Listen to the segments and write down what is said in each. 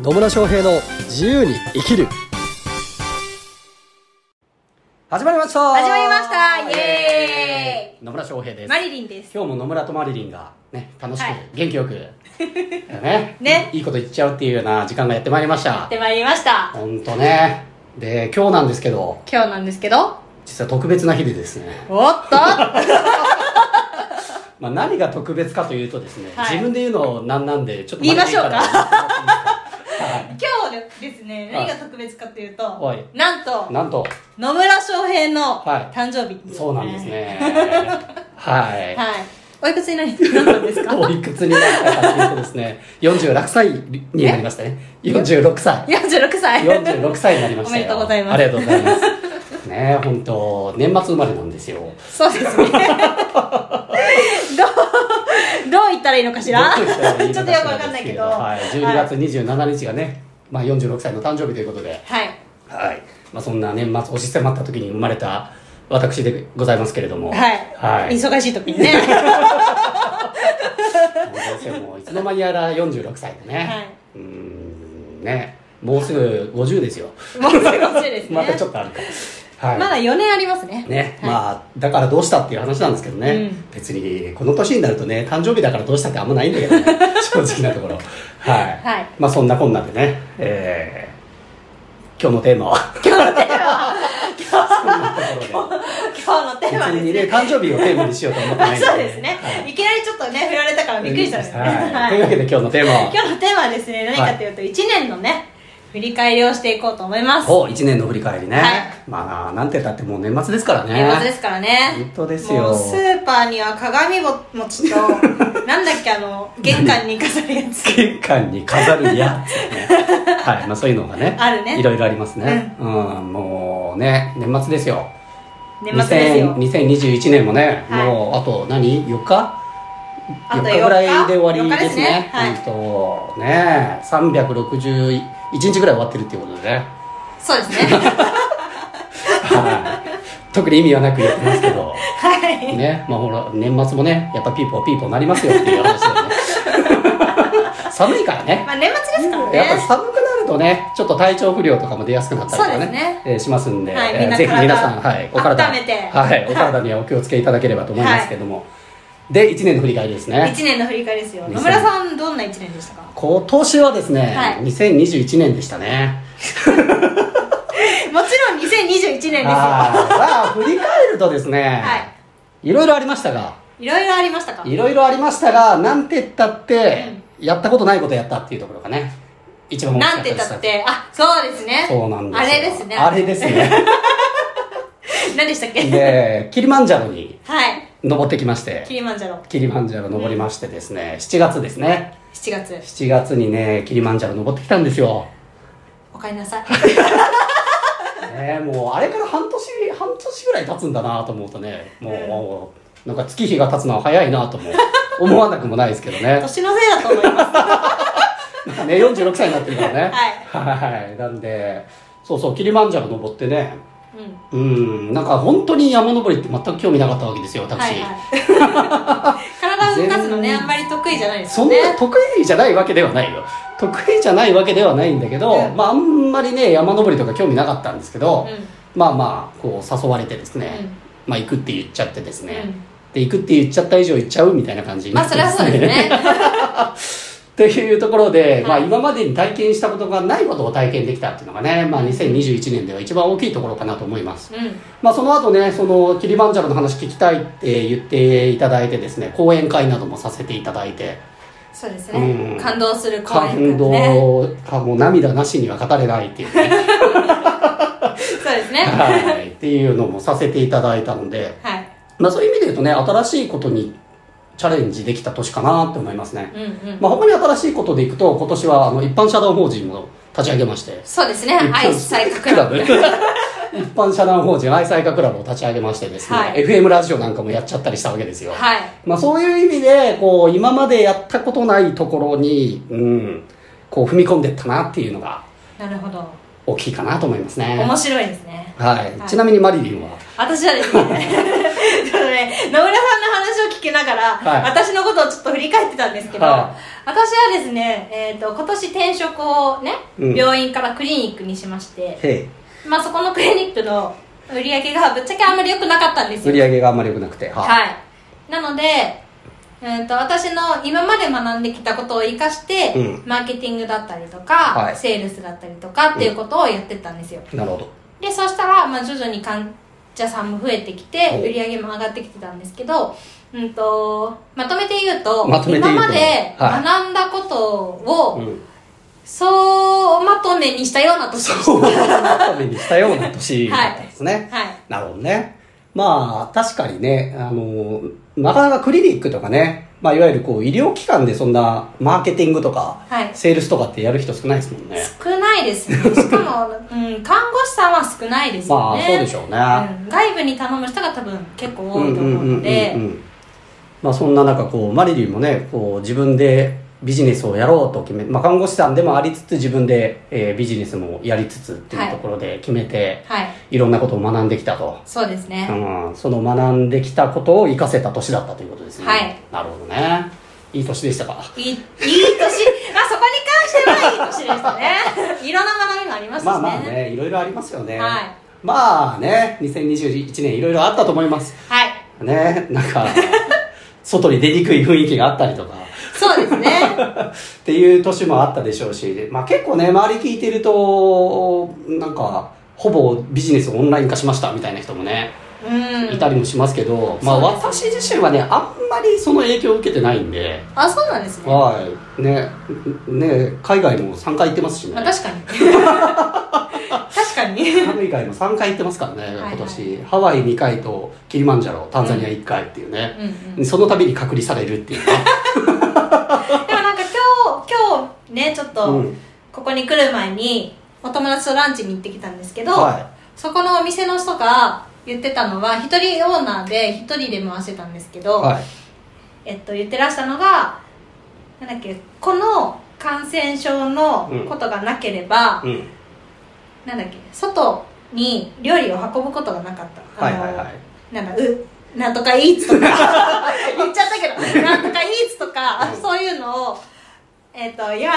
野村翔平の自由に生きる始まりました始まりましたイエーイ野村翔平ですマリリンです。今日も野村とマリリンがね楽しくはい元気 よく、ねねいいこと言っちゃうっていうような時間がやってまいりましやったてまいりました。本当ねで今日なんですけど今日なんですけど、実は特別な日でですね、おっとまあ、何が特別かというとですね、はい自分で言うのなんなんでちょっと言いましょうかマリリン から言ってもらっていいです今日ですね、はい何が特別かというと、はいなんかと、なんと野村翔平のはい誕生日、そうなんです。 ねはいはい。おいくつにな りなったんですかおいくつになったかっていうとですね46歳になりましたね46歳 ?46 歳。 46歳になりましたよおめでとうございますありがとうございますねえ本当年末生まれなんですよそうですね。どう、どう言ったらいいのかしらどちうょいたらいいのっとよく知らなわいかでんなすいけけどど。はい、は12い月27日がね、まあ、46歳の誕生日ということで、はい。はいまあ、そんな年末押し迫った時に生まれた私でございますけれどもはい。はい忙しい時にね。どうせもういつの間にやら46歳でね、はいうーんねもうすぐ50ですよもうすぐ欲しいです ね。またちょっとあるかはい、まだ4年ありますね。ね、はいまあだからどうしたっていう話なんですけどね、うん別にこの年になるとね誕生日だからどうしたってあんまないんだけど ね正直なところはい、はいまあそんなこんなでね、えー今日のテーマはそんなところ今日のテーマでで別すにね誕生日をテーマにしようと思ってないんあ そうですね、はいい、きなりちょっとね振られたからびっくりしたんですね、はい、はといいうわけで今日のテーマは今日のテーマはですね何かというと1年のね振り返りをしていこうと思いますお1年の振り返りね、はいまあなんて言ったってもう年末ですからね年末ですからね本当ですよもうスーパーには鏡餅と なんだっけあの玄関に飾るやつ玄関に飾るやつね はいまあそういうのがねあるねいろいろありますねうん、もうね年末ですよ年末ですよ2000 2021年もね、はいもうあと何4日あと4日ぐらいで終わりですね4日ですねはいうんとね361日ぐらい終わってるっていうことでね、そうですねはい、特に意味はなく言ってますけ どはいねまあほら年末もねやっぱピーポーピーポーなりますよっていう話 だよね寒いからねまあ年末ですからねやっぱ寒くなるとねちょっと体調不良とかも出やすくなったりとかねそうですねえーしますんで、はいえーみんなぜひ体皆さん、はい、お体温めてはい、お体にはお気をつけいただければと思いますけども、で1年の振り返りです1ね年の振り返りですよ野村さんどんな1年でしたか今年はですね、はい2021年でしたねもちろん2021年ですよあーまあ振り返るとですね、、はいろいろありましたがいろいろありましたかいろいろありましたがなんて言ったって、やったことないことやったっていうところがね一番大きかなっんたでてす言ったってあそうですねそうなんですよあれですねあれですね 何でしたっけ、でキリマンジャロにはい登ってきましてキリマンジャロキリマンジャロ登りましてですね、7月ですね7月7月にねキリマンジャロ登ってきたんですよ、おかえりなさいね、もうあれから半年半年ぐらい経つんだなと思うとねもう、うんもうなんか月日が経つのは早いなと も思わなくもないですけどね年のせいだと思 いままあね46歳になってるからね はい、なんでそうそうキリマンジャロ登ってねす、うん、うんなんか本当に山登りって全く興味なかったわけですよ私、はいはい 体を動かすのねあんまり得意じゃないですそよんなね得意じゃないわけではないよ得意じゃないわけではないんだけど、うんまああんまりね山登りとか興味なかったんですけど、うまあまあこう誘われてですね、うんまあ行くって言っちゃってですん、ね、で行くって言っちゃった以上行っちゃうみたいな感じうにん、まなあっそてれはでそすうですね というところで、まあはい今までに体験したことがないことを体験できたっていうのがね、まあ2021年では一番大きいところかなと思います。 うまあその後ね、そのキリマンジャロの話聞きたいって言っていただいてですね、講演会などもさせていただいて、んそうですうねん感動する公感演会ね動かもう涙なしには語れないっていうね、そうですねはい、っていうのもさせていただいたので、はいまあそういう意味で言うとね、新しいことにチャレンジできた年かなって思いますね。うんうんまあ他に新しいことでいくと、今年はあの一般社団法人も立ち上げまして、そうですね愛妻家クラブ 一般社団法人愛妻家クラブを立ち上げましてですね、はい FM ラジオなんかもやっちゃったりしたわけですよ。はいまあそういう意味で、こう、今までやったことないところに、うん、こう踏み込んでったなっていうのがなるほど大きいかなと思いますね。面白いですねはい。はいちなみにマリリンは、私はですねちょっとね野村さんの話を聞聞きながら、はい私のことをちょっと振り返ってたんですけど、は私はですね、えー、と今年転職をね、うん病院からクリニックにしまして、へえまあ、そこのクリニックの売り上げがぶっちゃけあんまり良くなかったんです売より上げがあんまり良くなくてははい、なので、えー、と私の今まで学んできたことを生かして、うんマーケティングだったりとか、はいセールスだったりとかっていうことをやってったんですよ、なるほどでそしたら、まあ、徐々に患者さんも増えてきてお売り上げも上がってきてたんですけど、うん、とまとめて言うとまとめて言今うとまではい学んだことを、うん そうまとめにしたような年でしたそうまとめにしたような年だったんですね、はいなるほどねまあ確かにねあのなかなかクリニックとかね、まあ、いわゆるこう医療機関でそんなマーケティングとか、はいセールスとかってやる人少ないですもんね少ないですねしかも、うん、看護師さんは少ないですまよあねそうでしょうね、うん、外部に頼む人が多分結構多いと思うのうんうんでうんうんまあ、そんな中こうマリリンもねこう自分でビジネスをやろうと決め、まあ、看護師さんでもありつつ自分で、えービジネスもやりつつっていうところで決めて、はいい、ろんなことを学んできたと、そうですね、うん、その学んできたことを活かせた年だったということですね、はいなるほどねいい年でしたかいいいい年、まあ、そこに関してはいい年でし たねいろんな学びもありますしね,、まあまあねいろいろありますよね、はいまあね2021年いろいろあったと思いますはいねなん か外に出にくい雰囲気があったりとかそうですね っていう年もあったでしょうし、まあ、結構ね周り聞いてるとなんかほぼビジネスをオンライン化しましたみたいな人もね、うんいたりもしますけど、まあ、そうで私すね自身はねあんまりその影響を受けてないんで、あそうなんですね、はいねね、海外も3回行ってますしねまあ、確かに確かに海外も3回行ってますからねはい今年、ハワイ2回とキリマンジャロタンザニア1回っていうね、うん、うん、でその度に隔離されるって いうね、もなんか今日今日ねちょっうとんここに来る前にお友達とランチに行ってきたんですけど、はそこのお店の人が言ってたのは一人オーナーで一人で回してたんですけど、い、はい、えっと、言ってらしたのがなんだっけこの感染症のことがなければ、うんなんだっけ外に料理を運ぶことがなかった、はあいのはいはいなんだうなんとかイーツとか 言っちゃったけどなんとかイーツとか、うんそういうのを、えっとや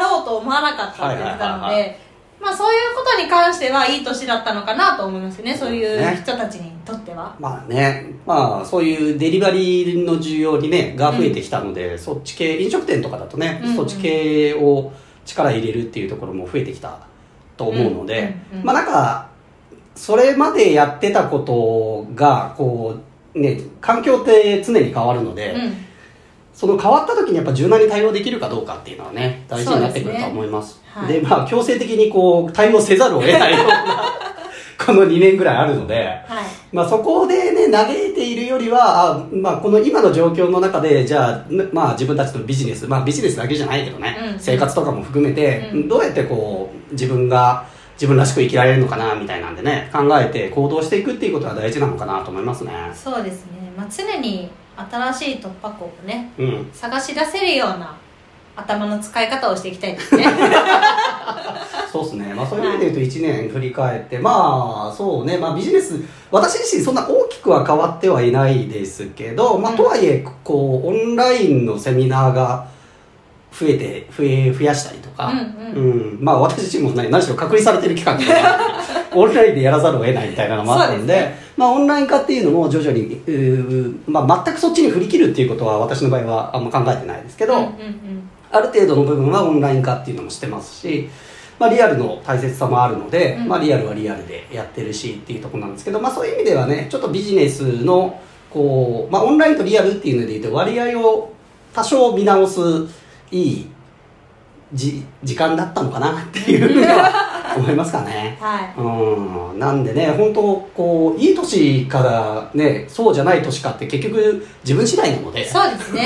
ろうと思わなかったって言ってたのはいはいはいで。まあそういうことに関してはいい年だったのかなと思いますねそういう人たちにとっては、まあね、まあそういうデリバリーの需要にね、が増えてきたので、そっち系、飲食店とかだとね、うんうんそっち系を力入れるっていうところも増えてきたと思うので、うんうんうんまあなんか、それまでやってたことが、こう、ね、環境って常に変わるので、うんその変わった時にやっぱ柔軟に対応できるかどうかっていうのはね、大事になってくるとは思います。そうでですねまあ強制的にこう、対応せざるを得ないような、この2年ぐらいあるので、はいまあ、そこでね嘆いているよりはあ、まあ、この今の状況の中でじゃあ、ねまあ、自分たちのビジネス、まあ、ビジネスだけじゃないけどね、うん生活とかも含めて、うんどうやってこう自分が自分らしく生きられるのかなみたいなんでね考えて行動していくっていうことは大事なのかなと思いますね。そうですね、まあ、常に新しい突破口をねうん、探し出せるような頭の使い方をしていきたいですねはそうですね、まあ、そういう意味で言うと1年振り返って、まあそうね、まあ、ビジネス私自身そんな大きくは変わってはいないですけど、まあ、うんとはいえこうオンラインのセミナーが増えて増え増やしたりとか、うんううんまあ私自身もね何しろ隔離されてる期間が オンラインでやらざるを得ないみたいなのもあったんでそうでまあ、オンライン化っていうのも徐々に、うーまあ、全くそっちに振り切るっていうことは私の場合はあんま考えてないです けど、うんうんある程度の部分はオンライン化っていうのもしてますし、まあ、リアルの大切さもあるので、うんまあ、リアルはリアルでやってるしっていうところなんですけど、まあ、そういう意味ではねちょっとビジネスのこう、まあ、オンラインとリアルっていうので言うと割合を多少見直すいいじ時間だったのかなっていうのは 思いますかね。はうん、なんでね本当こういい年からねそうじゃない年かって結局自分次第なのでいそうですね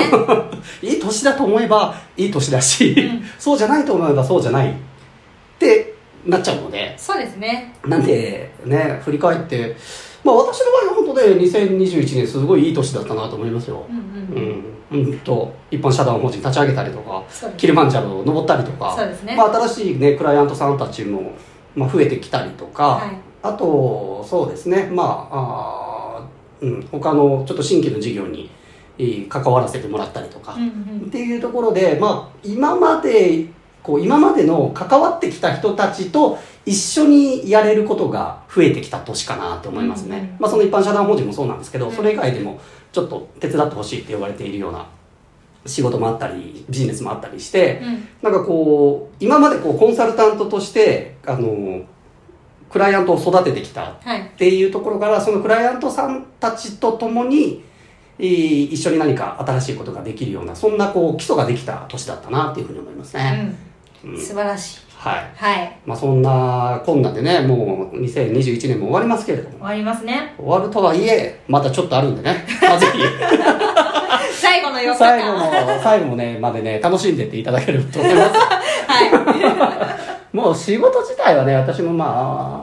いい年だと思えばいい年だし、うんそうじゃないと思えばそうじゃないってなっちゃうのでそうですねなんでね振り返ってまあ私の場合は本当ね2021年すごいいい年だったなと思いますようんううんうんん、うんと一般社団法人立ち上げたりとかそうですキルマンジャロを登ったりとかそうですねまあ、新しいねクライアントさんたちも、まあ、増えてきたりとか、はいあとそうですねまああー、うん、他のちょっと新規の事業にえー関わらせてもらったりとか、うんうっんていうところで、まあ、今までこう今までの関わってきた人たちと一緒にやれることが増えてきた年かなと思いますね、うんうんまあ、その一般社団法人もそうなんですけど、うんそれ以外でもちょっと手伝ってほしいって言われているような仕事もあったりビジネスもあったりして、うんなんかこう今までこうコンサルタントとしてあのクライアントを育ててきたはいっていうところからそのクライアントさんたちと共に、えー一緒に何か新しいことができるようなそんなこう基礎ができた年だったなっていうふうに思いますね、ううんん素晴らしいはい、はいまあ、そんなこんなでねもう2021年も終わりますけれど終もわりますね終わるとはいえまだちょっとあるんでね、まあ、ぜ ひ最後の4日最後間の最後もねまでね楽しんでっていただければと思い ますもう仕事自体はね私もま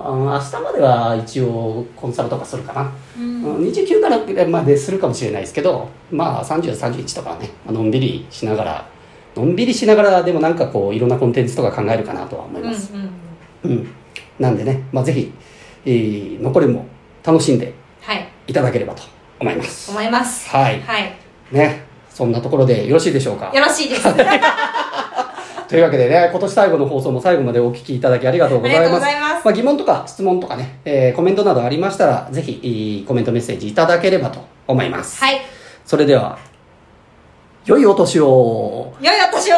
ああの明日までは一応コンサルとかするかなはい、うん、 29からぐらいまでするかもしれないですけどまあ3031とかはねのんびりしながらのんびりしながらでもなんかこういろんなコンテンツとか考えるかなとは思います、うんうんうん、うんなんでね、まあ、ぜひ、えー残りも楽しんではいいただければと思います思いますはいはいねそんなところでよろしいでしょうかよろしいですあというわけでね今年最後の放送も最後までお聞きいただきありがとうごりざがいとうごますざいますまあ、疑問とか質問とかね、えーコメントなどありましたらぜひえーコメントメッセージいただければと思いますはいそれでは、良いお年を良いお年を